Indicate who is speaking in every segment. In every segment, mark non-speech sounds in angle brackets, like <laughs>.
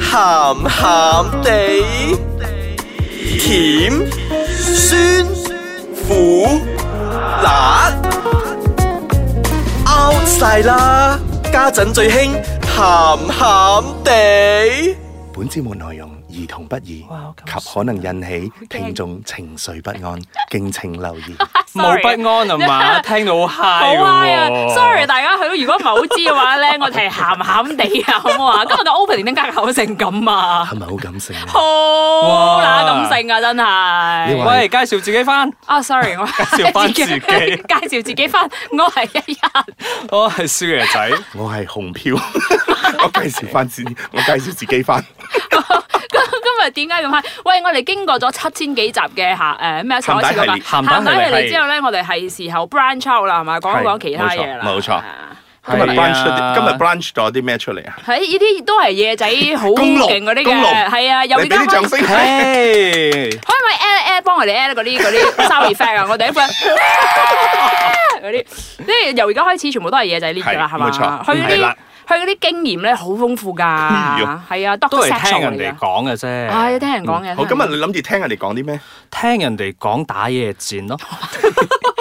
Speaker 1: 鹹鹹地，甜酸苦辣 out 晒啦！家陣最興鹹鹹地。
Speaker 2: 本節目內容兒童不宜，
Speaker 3: 哇好
Speaker 2: 及可能引起聽眾情緒不
Speaker 4: <laughs>
Speaker 2: 安，敬請留意。
Speaker 3: 冇
Speaker 4: Sorry
Speaker 3: 不安啊
Speaker 4: <laughs>
Speaker 3: 嘛，聽到好 high
Speaker 4: 好嗨啊
Speaker 3: 喎
Speaker 4: ！sorry，大家去到如果唔係好知嘅話咧，我哋係鹹鹹地啊，好唔好啊？今日嘅 opening 點解搞成咁啊
Speaker 2: 係？咪好感性啊？
Speaker 4: 好乸咁性啊，真
Speaker 2: 你
Speaker 4: 係
Speaker 2: 話
Speaker 3: <laughs> 喂，介紹自己翻，
Speaker 4: 啊！sorry，我 <laughs> 介
Speaker 3: 紹返自己
Speaker 4: 介紹自己翻， <laughs> 我係一人。
Speaker 3: 我係少爺仔，
Speaker 2: 我係紅票， <laughs> 我介紹翻自，我介紹自己翻。
Speaker 4: 咁今日點解咁嗨？喂，我哋經過咗七千幾集嘅下誒咩啊
Speaker 3: 鹹蛋
Speaker 4: 開始嗰個
Speaker 3: 系列鹹蛋系列
Speaker 4: 系列之後咧，我哋係時候 branch out 啦，係咪？講一講其他嘢啦。
Speaker 2: 係冇錯冇錯
Speaker 4: 啊
Speaker 2: <laughs> 今日
Speaker 3: 係
Speaker 2: branch 咗
Speaker 3: 啊
Speaker 2: 啲，今日 branch 咗啲咩出嚟啊？
Speaker 4: 喺呢啲都係夜仔好
Speaker 2: 功勞
Speaker 4: 勁嗰啲
Speaker 2: 功
Speaker 4: 嘅，
Speaker 2: 勞
Speaker 4: 係啊，又
Speaker 2: 你俾
Speaker 4: 加
Speaker 2: 啲
Speaker 4: 翻
Speaker 2: 掌。聲。
Speaker 3: 嘿，
Speaker 4: 可唔可以 add add 幫我哋 add 嗰啲嗰啲 sound effect 啊？我哋一般 <laughs> 嗰啲，即係由而家開始全部都係嘢仔呢啲啦，
Speaker 2: 係
Speaker 4: 係嘛？
Speaker 2: 冇錯
Speaker 4: 去嗰
Speaker 2: 係
Speaker 4: 啲
Speaker 2: 啦
Speaker 4: 去嗰啲經驗咧，好豐富㗎，
Speaker 2: 喲
Speaker 4: 係啊，
Speaker 3: 都
Speaker 4: doctor
Speaker 3: 係聽人
Speaker 4: section 嚟
Speaker 3: 哋
Speaker 4: 㗎。
Speaker 3: 講嘅
Speaker 4: 係啊，
Speaker 3: 啫，
Speaker 4: 聽人講嘅。
Speaker 2: 嗯好，
Speaker 4: 聽
Speaker 2: 今日
Speaker 4: 人講
Speaker 2: 你諗住聽人哋講啲咩？
Speaker 3: 聽人哋講打野戰
Speaker 4: <laughs>
Speaker 3: 咯，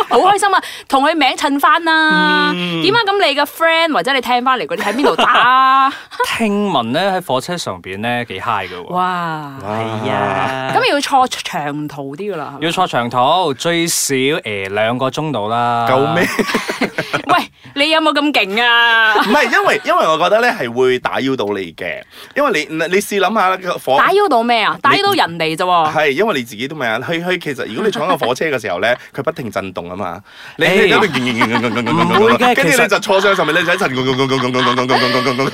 Speaker 4: 好開心啊，同佢名襯翻啦。點啊？咁你嘅 friend 或者你聽翻嚟嗰啲喺邊度打啊？
Speaker 3: 聽聞咧喺火車上邊咧幾 high 嘅喎，
Speaker 4: 哇！
Speaker 3: 係啊，
Speaker 4: 咁要坐長途啲㗎啦，係咪
Speaker 3: 要坐長途最少誒兩個鐘度啦，
Speaker 2: 救命！
Speaker 4: 喂，你有冇咁勁啊？
Speaker 2: 唔係，因為因為我覺得咧係會打擾到你嘅，因為你你試諗下個火
Speaker 4: 打擾到咩啊？打擾到人哋咋喎？
Speaker 2: 係因為你自己都咪啊，去去其實如果你坐緊個火車嘅時候咧，佢不停震動啊嘛，你
Speaker 3: 哎
Speaker 2: 你喺度跟住你就坐上上面，你就一陣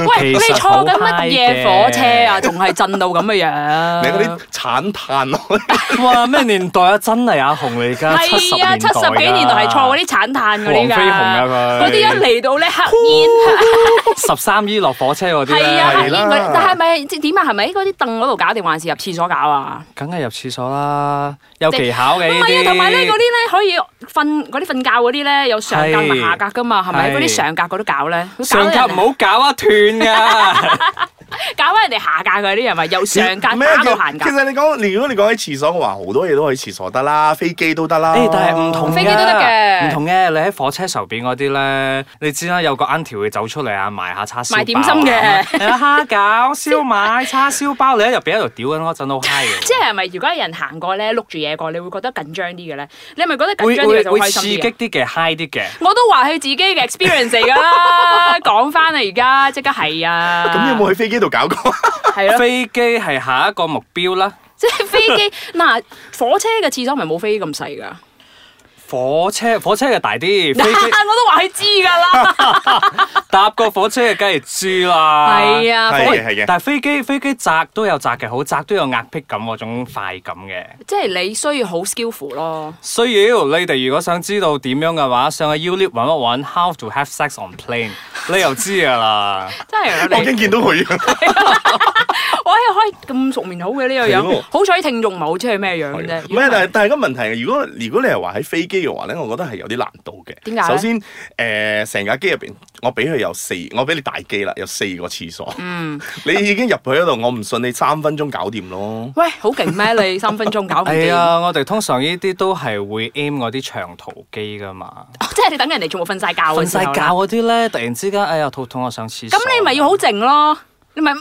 Speaker 4: 喂，你
Speaker 3: 其實
Speaker 4: 坐
Speaker 3: 好
Speaker 4: 緊乜嘢火車
Speaker 3: 嗨
Speaker 4: 啊？
Speaker 3: 嘅
Speaker 4: 仲係震到咁嘅樣？
Speaker 2: <laughs> 你嗰啲慘炭咯，
Speaker 3: 哇！咩年代啊？真係阿紅嚟㗎，七十
Speaker 4: 係啊，七十幾年代係坐嗰啲產炭嗰啲㗎，
Speaker 3: 黃飛鴻啊佢
Speaker 4: 嗰啲一嚟到咧黑煙，
Speaker 3: 啲十三姨落火車嗰啲
Speaker 4: <laughs> 係啊黑
Speaker 3: 咧，
Speaker 4: 煙嗰啲，但係咪即點啊？係咪喺嗰啲凳嗰度搞定，還是入廁所搞啊？
Speaker 3: 梗係入廁所啦，有技巧嘅
Speaker 4: 唔
Speaker 3: 呢
Speaker 4: 係啊，
Speaker 3: 啲。
Speaker 4: 同埋咧嗰啲咧可以瞓嗰啲瞓覺嗰啲咧有上格同埋下格㗎嘛，係咪？
Speaker 3: 係
Speaker 4: 嗰啲上格嗰啲搞咧，搞
Speaker 3: 上
Speaker 4: 到人
Speaker 3: 級唔好搞啊，斷啊 <laughs> 噶！
Speaker 4: 搞翻人哋下格嗰啲係咪？由上格
Speaker 2: 咩
Speaker 4: 打到
Speaker 2: 叫
Speaker 4: 下？格
Speaker 2: 其。實你講，如果你講喺廁所嘅話，好多嘢都可以廁所得啦，飛機都得啦。
Speaker 3: 誒，哎但係唔同
Speaker 4: 飛機都得嘅
Speaker 3: 唔同嘅。你喺火車上邊嗰啲咧，你知啦，有個 auntie 會走出嚟啊，賣下叉燒包啊
Speaker 4: 賣點心嘅
Speaker 3: 係啦蝦餃、燒賣、叉燒包，你喺入邊喺度屌緊嗰陣好 high 嘅。
Speaker 4: <laughs> 即係咪？如果有人行過咧，碌住嘢過，你會覺得緊張啲嘅咧？你係咪覺得緊
Speaker 3: 會
Speaker 4: 張啲嘅
Speaker 3: 會
Speaker 4: 就
Speaker 3: 會
Speaker 4: 開
Speaker 3: 刺
Speaker 4: 心
Speaker 3: 激
Speaker 4: 啲嘅？啊
Speaker 3: 啲嘅 high 啲嘅。
Speaker 4: 我都話佢自己嘅 experience 嚟㗎啦，講翻啦，而家即刻係啊！
Speaker 2: 咁有冇喺飛機度搞過？
Speaker 4: 係咯？
Speaker 3: 飛機係下一個目標啦。
Speaker 4: 即係飛機嗱，火車嘅廁所咪冇飛機咁細㗎？
Speaker 3: 火車火車嘅大啲，
Speaker 4: <laughs> 我
Speaker 3: 飛機
Speaker 4: 都話佢知㗎啦，
Speaker 3: 搭過火車嘅梗係豬啦。
Speaker 4: 係啊，
Speaker 2: 係
Speaker 4: 火
Speaker 2: 嘅，係嘅。
Speaker 3: 但係飛機飛機窄都有窄嘅好，窄都有壓迫感嗰種快感嘅。
Speaker 4: 即係你需要好 skillful 咯。
Speaker 3: 需要你哋如果想知道點樣嘅話，上去 ULIP 揾一揾 How to have sex on plane，你又知㗎 <laughs> 啦。
Speaker 4: 真係啊
Speaker 2: 我已
Speaker 4: 你
Speaker 2: 經見到佢啊！
Speaker 4: 我係可以咁熟面好嘅呢個
Speaker 2: 係喎
Speaker 4: 樣，好彩啲聽眾唔係好知佢咩樣
Speaker 2: 係啊
Speaker 4: 啫。
Speaker 2: 唔係，但係但係個問題係，如果如果你係話喺飛機嘅話咧，我覺得係有啲難度嘅。
Speaker 4: 點解咧
Speaker 2: 首先，誒成架機入邊，我俾佢有四，我俾你大機啦，有四個廁所。嗯， <laughs> 你已經入去嗰度，我唔信你三分鐘搞掂咯。
Speaker 4: 喂，好勁咩？你三分鐘搞唔
Speaker 3: 係
Speaker 4: 掂？
Speaker 3: 啊，我哋通常呢啲都係會 aim 嗰啲長途機㗎嘛。
Speaker 4: 即係你等人哋全部瞓晒覺嘅時候
Speaker 3: 瞓晒覺
Speaker 4: 啦
Speaker 3: 嗰啲咧，突然之間，哎呀肚痛，我上廁所。
Speaker 4: 咁你咪要好靜咯，你咪
Speaker 3: <laughs>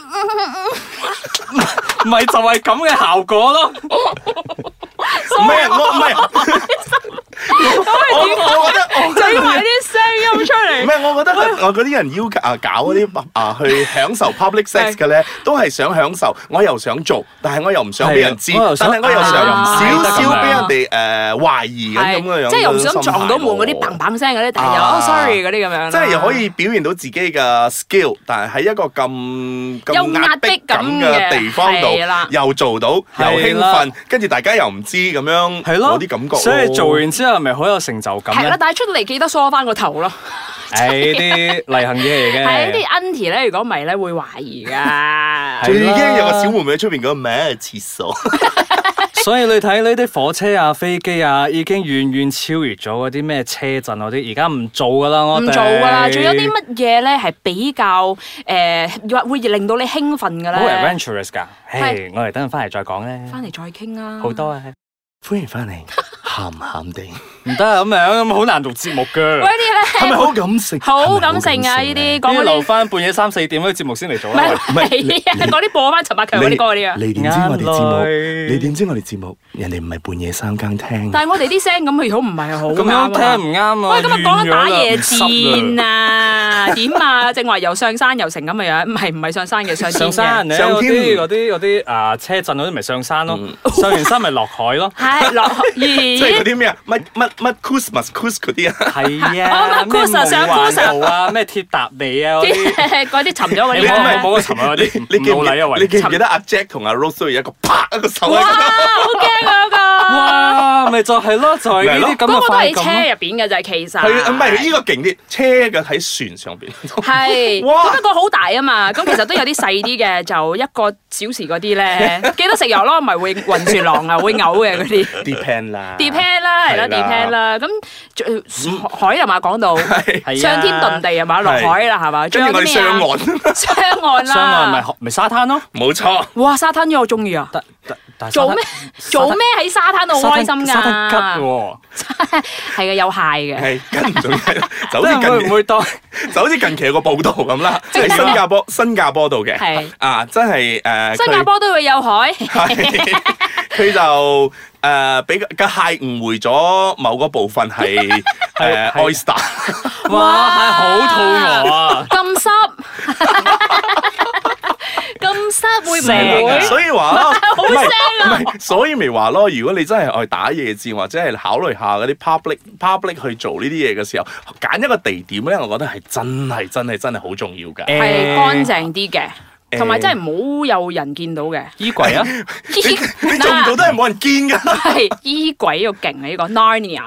Speaker 3: 咪就係咁嘅效果咯？
Speaker 2: 唔係，我唔係，我我覺得我覺
Speaker 4: 整
Speaker 2: 得
Speaker 4: 埋啲聲音出
Speaker 2: 唔
Speaker 4: 嚟。
Speaker 2: 係，我覺得我嗰啲人要求啊搞嗰啲啊去享受 public sex
Speaker 4: 係
Speaker 2: 嘅咧，都係想享受，我又想做，但係我又唔想俾人知，
Speaker 3: 係啊我又
Speaker 2: 但
Speaker 3: 想
Speaker 2: 係我又想
Speaker 4: 啊
Speaker 2: 少少俾
Speaker 4: 咁樣
Speaker 2: 人哋誒懷疑緊咁嘅樣，
Speaker 4: 即係又唔想撞到門嗰啲砰
Speaker 2: 砰，
Speaker 4: 砰聲嗰啲，但係又
Speaker 2: 啊
Speaker 4: 哦 sorry 嗰啲咁樣。
Speaker 2: 即係又可。以表現到自己嘅 skill，但係喺一個咁
Speaker 4: 有
Speaker 2: 咁
Speaker 4: 壓
Speaker 2: 壓迫
Speaker 4: 迫
Speaker 2: 感
Speaker 4: 感嘅
Speaker 2: 嘅地方度
Speaker 4: 係啦，
Speaker 2: 又做到，又
Speaker 3: 係
Speaker 2: 興
Speaker 3: 啦
Speaker 2: 奮，跟住大家又唔知咁樣，
Speaker 3: 係咯，
Speaker 2: 嗰啲感覺咯，
Speaker 3: 所以做完之後，咪好有成就感
Speaker 4: 係啦
Speaker 3: 咧，。
Speaker 4: 但係出嚟記得梳翻個頭咯。
Speaker 3: 係啲例行嘢嚟嘅。
Speaker 4: 係啲 auntie 咧，如果唔係咧，會 <laughs> 懷疑㗎。
Speaker 2: 最
Speaker 3: 係啦
Speaker 2: 驚有個小妹妹喺出邊講咩廁所。
Speaker 3: <laughs> 所以你睇呢啲火車啊、飛機啊，已經遠遠超越咗嗰啲咩車震嗰啲，而家唔做噶啦，我
Speaker 4: 唔
Speaker 3: 哋
Speaker 4: 做㗎啦，仲有啲乜嘢咧係比較誒，或、會令到你興奮嘅
Speaker 3: 好
Speaker 4: 咧？
Speaker 3: adventurous 㗎。唉，我哋等陣翻嚟再講咧，
Speaker 4: 翻嚟再傾啊！
Speaker 3: 好多啊，
Speaker 2: 歡迎翻嚟，鹹鹹 <laughs> 地，
Speaker 3: 唔得啊咁樣，咁好難做節目㗎。
Speaker 4: 喂，呢啲
Speaker 2: 係
Speaker 4: 咧
Speaker 2: 咪好感性？
Speaker 4: 好感性啊！呢啲
Speaker 3: 呢
Speaker 4: 講
Speaker 3: 啲
Speaker 4: 嗰
Speaker 3: 留
Speaker 4: 啲
Speaker 3: 翻半夜三四點嗰啲節目先嚟做
Speaker 4: 唔
Speaker 3: 啦。
Speaker 4: 係唔係啊， <laughs> 嗰啲播翻陳百強嗰啲歌嗰啲啊。
Speaker 2: 你點知我哋節
Speaker 3: 眼淚
Speaker 2: 目？你點知我哋節目？人哋唔係半夜三更聽。
Speaker 4: 但係我哋啲聲咁，如果唔係好
Speaker 3: 咁樣
Speaker 4: 啱啊
Speaker 3: 聽唔啱啊！
Speaker 4: 喂，今日講
Speaker 3: 完
Speaker 4: 緊
Speaker 3: 咗
Speaker 4: 打
Speaker 3: 啦
Speaker 4: 野
Speaker 3: 唔濕
Speaker 4: 戰啊， <laughs> 點啊？正話又上山又成咁嘅樣，唔係唔係上山嘅上
Speaker 3: 啦
Speaker 4: 天
Speaker 3: 上
Speaker 4: 嗯嘅，。
Speaker 3: 山咧，
Speaker 2: 上
Speaker 3: 嗰
Speaker 2: 天
Speaker 3: 啲嗰啲嗰啲啊車震嗰啲咪上山咯，上完山咪落海咯
Speaker 2: <laughs>
Speaker 4: 係落
Speaker 2: 即係嗰
Speaker 4: 咦？
Speaker 2: 啲咩啊？乜乜乜 Christmas Cruise 嗰啲啊？
Speaker 3: 係
Speaker 4: 啊 <laughs>
Speaker 3: 啊，咩夢
Speaker 4: Cruise 上
Speaker 3: 幻
Speaker 4: Cruise
Speaker 3: 號啊，咩鐵達尼啊嗰
Speaker 4: <laughs>
Speaker 3: 啲，
Speaker 4: <laughs> 嗰啲沉咗嗰啲
Speaker 3: 你冇
Speaker 4: 咧
Speaker 3: 冇冇個尋啊嗰
Speaker 2: 你
Speaker 3: 啲，
Speaker 2: 你記唔
Speaker 3: 冇
Speaker 2: 記
Speaker 3: 禮啊
Speaker 2: 你
Speaker 3: 喂！
Speaker 2: 記唔記得阿 Jack 同阿 à, Rose 都有一個啪一個手
Speaker 4: 哇！
Speaker 2: 喺度？
Speaker 4: 好驚啊嗰個！
Speaker 3: 哇，咪就係咯，就係呢啲咁
Speaker 4: 嗰
Speaker 3: 嘅
Speaker 4: 個都
Speaker 3: 快
Speaker 4: 係車
Speaker 3: 感咯。
Speaker 4: 入邊嘅啫，其實
Speaker 2: 係啊，唔係呢個勁啲，車嘅喺船上邊。
Speaker 4: 係
Speaker 2: 哇
Speaker 4: 咁一個好大啊嘛，咁其實都有啲細啲嘅，就一個小時嗰
Speaker 2: <laughs>
Speaker 4: 啲咧，記得食油咯，唔係會暈船浪啊，會嘔嘅嗰啲。
Speaker 2: Depend 啦
Speaker 4: depend 啦，係啦
Speaker 2: 係啦
Speaker 4: ，depend 啦。咁最海係嘛講到
Speaker 2: 係
Speaker 3: 係啊
Speaker 4: 上天遁地係嘛，落海啦係嘛，仲
Speaker 2: 跟
Speaker 4: 有
Speaker 2: 住我
Speaker 4: 啲
Speaker 2: 哋
Speaker 4: 咩
Speaker 2: 上
Speaker 4: 啊？
Speaker 2: 岸，
Speaker 4: <laughs> 上岸啦，
Speaker 3: 上岸咪咪沙灘咯，
Speaker 2: 冇錯。
Speaker 4: 哇沙灘魚我中意啊！
Speaker 3: 但但但沙灘
Speaker 4: 做咩做咩喺沙灘度
Speaker 3: 沙
Speaker 4: 好
Speaker 3: 灘
Speaker 4: 開心
Speaker 3: 沙灘吉
Speaker 4: 㗎？
Speaker 3: 喎，
Speaker 4: <laughs> 係嘅，有蟹嘅。
Speaker 2: 係跟唔到嘅，就好
Speaker 3: 即係
Speaker 2: 似
Speaker 3: 會
Speaker 2: 近
Speaker 3: 唔會當？
Speaker 2: 就好似近期有個報道咁啦，
Speaker 4: 即係
Speaker 2: 喺新加坡新加坡度嘅
Speaker 4: 係，
Speaker 2: 啊，真係誒，
Speaker 4: 新
Speaker 2: <laughs>
Speaker 4: 加坡都會有海，
Speaker 2: 係佢就誒俾個個蟹誤會咗某個部分係誒
Speaker 3: 係
Speaker 2: à, oyster，
Speaker 3: 哇，係好肚餓啊！
Speaker 4: 咁濕，咁濕會唔
Speaker 3: 正啊
Speaker 4: 會？
Speaker 2: 所以話咯，
Speaker 4: 好
Speaker 2: 唔係
Speaker 4: 聲
Speaker 2: 唔
Speaker 4: 啊！
Speaker 2: 係，所以咪話咯，如果你真係去哎打夜戰或者係考慮下嗰啲 public public 去做呢啲嘢嘅時候，揀一個地點咧，我覺得係真係真係真係好重要㗎。
Speaker 4: 係
Speaker 3: 誒
Speaker 4: 乾淨啲嘅，同埋真係唔好有人見到嘅。
Speaker 3: 衣
Speaker 4: <laughs>
Speaker 3: 櫃啊！
Speaker 4: 衣
Speaker 2: 你做唔到都係冇人見
Speaker 4: <laughs>
Speaker 2: 㗎。
Speaker 4: 係衣櫃要勁啊！呢個
Speaker 2: <laughs>
Speaker 4: Narnia，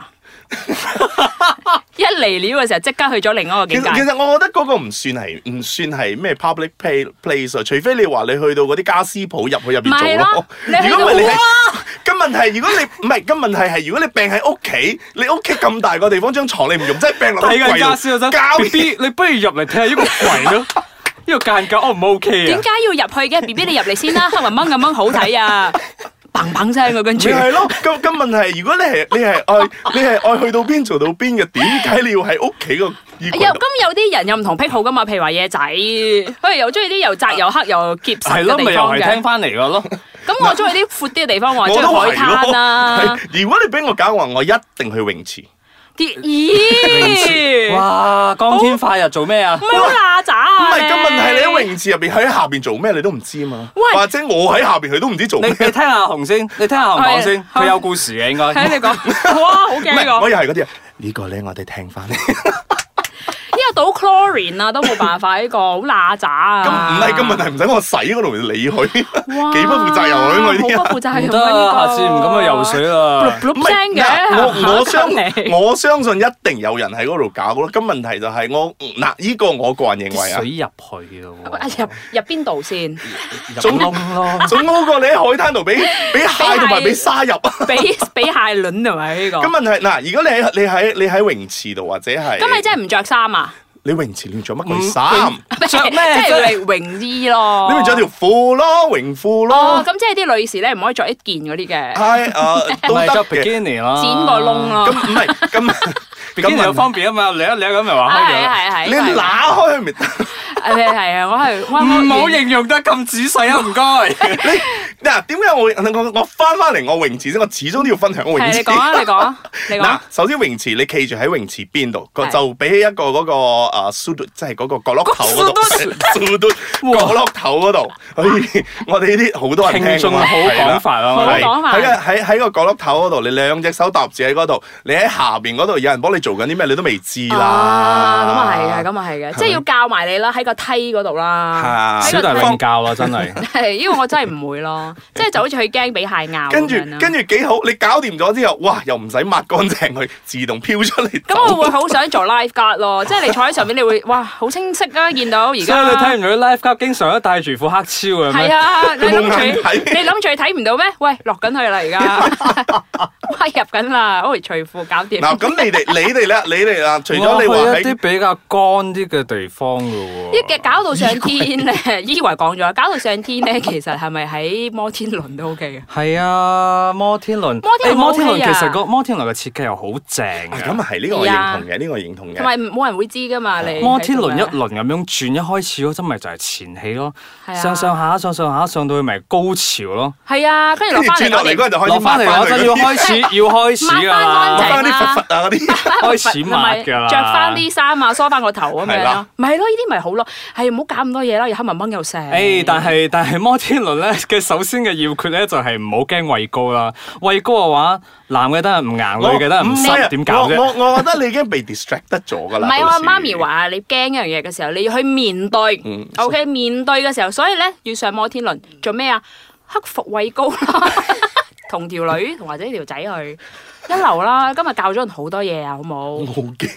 Speaker 4: 一嚟了嘅時候即刻去咗另一個
Speaker 2: 其
Speaker 4: 境
Speaker 2: 實其
Speaker 4: 界。
Speaker 2: 實我覺得嗰個唔算係唔算係咩 public pay- place 啊，除非你話你去到嗰啲家私鋪入去入邊
Speaker 4: 咪係
Speaker 2: 做
Speaker 4: 咯
Speaker 2: 咯。
Speaker 4: 你去到啊
Speaker 2: 如果唔係你喺，咁問題係如果你唔係，咁問題係如果你病喺屋企，你屋企咁大個地方張床你唔用，真係病落
Speaker 3: 睇
Speaker 2: 去
Speaker 3: 緊家私嗰陣，B
Speaker 2: 膠
Speaker 3: B，你不如入嚟睇下呢個 <laughs> 櫃咯，呢個間隔 O 唔 O K 啊
Speaker 4: 點？解要入
Speaker 2: <laughs>
Speaker 4: 去嘅？B B 你入嚟先啦，黑雲掹咁掹好睇啊！砰砰聲啊，跟住
Speaker 2: 咪係咯，咁咁問題係，如果你係你係
Speaker 4: <laughs>
Speaker 2: 愛你係愛去到邊做到邊嘅，點解你要喺屋企個衣櫃
Speaker 4: 有
Speaker 2: 度？
Speaker 4: 哎咁有啲人有唔同癖好噶嘛，譬如話野仔，佢又中意啲又窄又黑又結
Speaker 3: 係
Speaker 4: 實
Speaker 3: 咯，
Speaker 4: 嘅
Speaker 3: 咪
Speaker 4: 地
Speaker 3: 又
Speaker 4: 方
Speaker 3: 係聽
Speaker 4: 嘅。
Speaker 3: 翻嚟個咯。
Speaker 4: 咁我中意啲闊啲嘅地方，我
Speaker 2: 我
Speaker 4: 中
Speaker 2: 都
Speaker 4: 意海
Speaker 2: 係
Speaker 4: 灘
Speaker 2: 咯。
Speaker 4: 啊。
Speaker 2: <laughs> 係如果你俾我揀話，我一定去泳池。
Speaker 4: 啲咦，唔
Speaker 3: 哇！光天化日做咩啊？
Speaker 4: 係好乸渣
Speaker 2: 唔
Speaker 4: 啊！
Speaker 2: 係，咁問題你喺
Speaker 4: 泳
Speaker 2: 泳池入邊，佢喺下邊做咩你都唔知嘛。
Speaker 4: 喂
Speaker 2: 或者我喺下邊，佢都唔知做
Speaker 3: 你
Speaker 2: 咩 <laughs>
Speaker 3: 你。聽下紅先，你聽下紅講先，
Speaker 4: 係
Speaker 3: 佢有故事嘅應該。
Speaker 4: 睇你
Speaker 2: <laughs>
Speaker 4: 講，哇，好
Speaker 2: 唔
Speaker 4: 驚
Speaker 2: 係，我
Speaker 4: 呢啊
Speaker 2: 又係嗰啲啊。呢個咧，我哋聽翻。咁
Speaker 4: 個倒 chlorine 啊，都冇辦法，呢個好乸渣啊！
Speaker 2: 唔係，咁問題唔使我洗嗰度理佢，幾不
Speaker 4: 哇
Speaker 2: 負責任啊！我呢啲
Speaker 4: 好
Speaker 2: 啊
Speaker 4: 不負責任啊
Speaker 3: 唔
Speaker 4: 呢
Speaker 3: 得
Speaker 4: 個
Speaker 3: 啊，下次唔敢去游水啦。
Speaker 4: 碌
Speaker 2: 唔
Speaker 4: 聲
Speaker 2: 係
Speaker 4: 嘅
Speaker 2: 嗱，
Speaker 4: <laughs>
Speaker 2: 我我相
Speaker 4: 你
Speaker 2: 我相信一定有人喺嗰度搞咯。咁問題就係我嗱，呢個我個人認為啊，
Speaker 3: 水入去咯
Speaker 4: 啊入入邊度先？ <laughs>
Speaker 3: 喎，入窿咯。 <laughs>
Speaker 2: 總好過你喺海灘度俾俾蟹同埋俾沙入啊。
Speaker 4: 俾俾蟹輪係咪呢個？
Speaker 2: <laughs> 咁問題嗱，如果你喺你喺你喺泳池度或者係，
Speaker 4: 咁你真係唔着衫啊？
Speaker 2: 你泳池你着乜鬼衫？
Speaker 3: <laughs> 着咩
Speaker 4: <laughs> 即
Speaker 3: 啫
Speaker 4: 係嚟泳衣咯。
Speaker 2: <laughs> 你咪着條褲咯，泳褲
Speaker 4: 哦，
Speaker 2: 咯，
Speaker 4: 咁即係啲女士咧唔可以着一件嗰啲嘅，
Speaker 2: 係
Speaker 4: <laughs>
Speaker 2: 啊
Speaker 3: 唔
Speaker 2: 都
Speaker 3: 係
Speaker 2: 得
Speaker 3: 着
Speaker 2: 嘅。
Speaker 3: bikini 啦，
Speaker 4: 剪個
Speaker 2: 咁
Speaker 4: 窿。咯。
Speaker 2: 唔係咁
Speaker 3: bikini 又
Speaker 2: 咁問
Speaker 3: 方便啊嘛，你一你一咁咪話開
Speaker 4: 係
Speaker 3: 咗啦。
Speaker 4: 係係，
Speaker 2: 你揦開佢咪得？
Speaker 4: 係係啊！我係我
Speaker 3: 唔好
Speaker 4: 認
Speaker 3: 形容得咁仔細啊，唔該。
Speaker 2: 你嗱點解我我我翻翻嚟我泳池先？我始終都要分享我
Speaker 4: 係
Speaker 2: 泳
Speaker 4: 你
Speaker 2: 池。
Speaker 4: 講啊！你講啊！你講
Speaker 2: 嗱
Speaker 4: 啊。，
Speaker 2: 首先泳池你企住喺泳池邊度，個
Speaker 4: 係
Speaker 2: 就比起一個嗰個啊 s u d 即係嗰個角落頭嗰度 s u <laughs> d
Speaker 3: 哇
Speaker 2: 角落頭嗰度，哎 <laughs> 我哋呢啲好多人聽
Speaker 3: 聽眾
Speaker 2: 㗎嘛
Speaker 3: 好
Speaker 2: 係啦
Speaker 3: 講法啊，
Speaker 4: 好
Speaker 3: 我
Speaker 2: 係
Speaker 3: 哋
Speaker 4: 講法
Speaker 2: 喺個喺喺個角落頭嗰度，你兩隻手搭住喺嗰度，你喺下邊嗰度有人幫你做緊啲咩，你都未知啦。
Speaker 4: 啊，咁啊係嘅，咁啊係嘅，即係要教埋你啦，喺個梯嗰度啦，
Speaker 2: 係
Speaker 4: 喺
Speaker 3: 小
Speaker 4: 個
Speaker 3: 弟
Speaker 4: 梯
Speaker 3: 領教啦，真係。
Speaker 4: 係，因為我真係唔會咯，即係就好似佢驚俾蟹咬
Speaker 2: 跟住
Speaker 4: 咁樣啊啦
Speaker 2: 跟住幾好，你搞掂咗之後，哇，又唔使抹乾淨佢，自動飄出嚟走。
Speaker 4: 咁我會好想做 live guard 咯，即係你坐喺上面，你會哇好清晰啊，見到 <laughs>
Speaker 3: 所
Speaker 4: 而
Speaker 3: 以
Speaker 4: 家
Speaker 3: 你睇唔到 live 級經常都戴住副黑超嘅
Speaker 4: 係
Speaker 3: 咩？
Speaker 4: 啊，你諗
Speaker 2: 冇眼
Speaker 4: 住
Speaker 2: 睇
Speaker 4: 你諗住睇唔到咩？喂，落緊去啦而家，喂入緊啦，喂除褲搞掂。
Speaker 2: 嗱，咁你哋你哋啦，你哋啦，除咗你話
Speaker 3: 我去一
Speaker 2: 喺
Speaker 3: 啲比較乾啲嘅地方嘅喎。
Speaker 4: 一嘅搞到上天咧， <laughs> 以為講咗，搞到上天咧，其實係咪喺摩天輪都 OK 嘅？
Speaker 3: 係啊，摩天輪。
Speaker 4: 摩
Speaker 3: 誒
Speaker 4: 天輪
Speaker 3: 摩天輪
Speaker 4: OK
Speaker 3: 其
Speaker 4: 啊
Speaker 3: 實個摩天輪嘅設計又好正
Speaker 2: 啊
Speaker 3: 嘅。
Speaker 2: 咁啊係呢個我認同嘅，呢個我認同
Speaker 4: 同
Speaker 2: 嘅。
Speaker 4: 埋冇人會知噶嘛，你
Speaker 3: 摩天輪一
Speaker 4: 係
Speaker 3: 輪咁樣轉，一開始嗰陣咪就係前戲咯，
Speaker 4: 係啊
Speaker 3: 上上下下上上下下上到去咪高潮咯，
Speaker 4: 係啊，跟住
Speaker 2: 跟
Speaker 4: 落
Speaker 2: 住
Speaker 4: 翻
Speaker 2: 轉
Speaker 4: 嚟
Speaker 2: 落嚟嗰
Speaker 4: 我
Speaker 2: 陣就開
Speaker 3: 落
Speaker 2: 始抹
Speaker 3: 翻嚟
Speaker 2: 翻佢
Speaker 3: 嗰陣
Speaker 2: 嗰
Speaker 3: 要
Speaker 2: 啲，
Speaker 3: 開始要開始㗎
Speaker 4: 抹
Speaker 3: 啦
Speaker 4: 返，
Speaker 2: 翻啲
Speaker 4: 啊
Speaker 2: 佛佛啊嗰
Speaker 3: <laughs>
Speaker 4: <laughs>
Speaker 2: 啲。
Speaker 4: 哋
Speaker 3: 開始抹
Speaker 4: 咪
Speaker 3: 㗎啦，
Speaker 4: 着翻啲衫啊，梳翻個頭咁樣
Speaker 2: 係
Speaker 4: 咯
Speaker 2: 啦，
Speaker 4: 咪係咯，呢啲咪好咯，係唔好搞咁多嘢啦，又黑文蚊又成。
Speaker 3: 誒，但係但係摩天輪咧嘅首先嘅要訣咧就係唔好驚畏高啦，畏高嘅話男嘅得人唔硬，女嘅得人唔
Speaker 2: 係啊
Speaker 3: 濕，點搞
Speaker 2: 我
Speaker 3: 啫？
Speaker 2: 我我覺得你已經被 distract 得咗㗎
Speaker 4: 唔
Speaker 2: 啦。
Speaker 4: 係我
Speaker 2: 到
Speaker 4: 阿
Speaker 2: 時
Speaker 4: 媽咪。話你驚一樣嘢嘅時候，你要去面對。
Speaker 2: 嗯
Speaker 4: O K，面對嘅時候，所以咧要上摩天輪做咩啊？克服畏
Speaker 2: <laughs>
Speaker 4: 高啦，同條女同或者條仔去一流啦。今日教咗人好多嘢啊，好
Speaker 2: 我
Speaker 4: 冇？
Speaker 2: 好驚。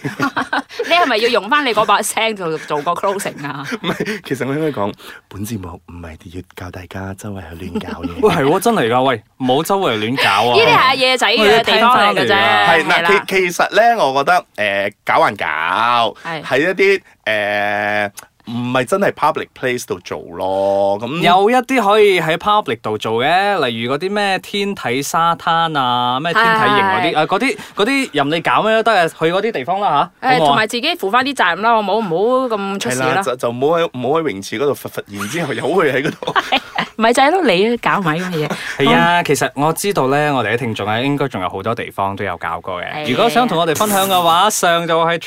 Speaker 4: 你係咪要用翻你嗰把聲做做個
Speaker 2: <laughs>
Speaker 4: closing 啊？
Speaker 2: 唔係，其實我應該講，本節目唔係要教大家周圍去亂搞
Speaker 4: <laughs>
Speaker 3: 喂，
Speaker 2: 嘢。
Speaker 3: 係喎，真係㗎，喂，唔好周圍亂搞
Speaker 4: 呢啲
Speaker 3: 啊！
Speaker 4: 係夜仔嘅地方嚟嘅啫，
Speaker 2: 係
Speaker 4: 係
Speaker 2: 嗱，
Speaker 4: 啦，
Speaker 2: 其其實咧，我覺得誒搞還搞，
Speaker 4: 係
Speaker 2: 喺一啲誒唔係真係 public place 度做咯。咁
Speaker 4: 嗯
Speaker 3: 有一啲可以喺 public 度做嘅，例如嗰啲咩天體沙灘啊，咩天體營嗰
Speaker 4: 係
Speaker 3: 啲，啊嗰啲嗰啲任你搞咩都得啊，去嗰啲地方啦吓，好唔好
Speaker 4: 誒哎同
Speaker 3: 啊
Speaker 4: 埋自己負翻啲責任啦，好冇？唔好咁出
Speaker 2: 係
Speaker 4: 事啦
Speaker 2: 啦，，就就唔好喺唔好喺泳池嗰度佛佛，然之後由佢喺嗰度。
Speaker 4: 咪就係咯，你搞埋
Speaker 3: <laughs>
Speaker 4: 咁嘅嘢。
Speaker 3: 係
Speaker 4: 嗯
Speaker 3: 啊，其實我知道咧，我哋嘅聽眾啊咧應該仲有好多地方都有搞過
Speaker 4: 係啊
Speaker 3: 嘅。如果想同我哋分享嘅話，上就係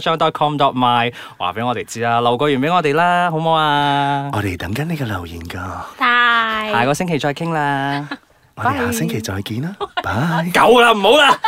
Speaker 3: www.icecarton.com.my 話俾我哋知啦，留個言俾我哋啦，好唔好啊？
Speaker 2: 我哋等緊呢個留言噶，
Speaker 4: 拜
Speaker 3: 下個星期再傾啦。 <laughs>
Speaker 2: 我哋下星期再見啦，拜。
Speaker 3: 夠啦，唔好啦。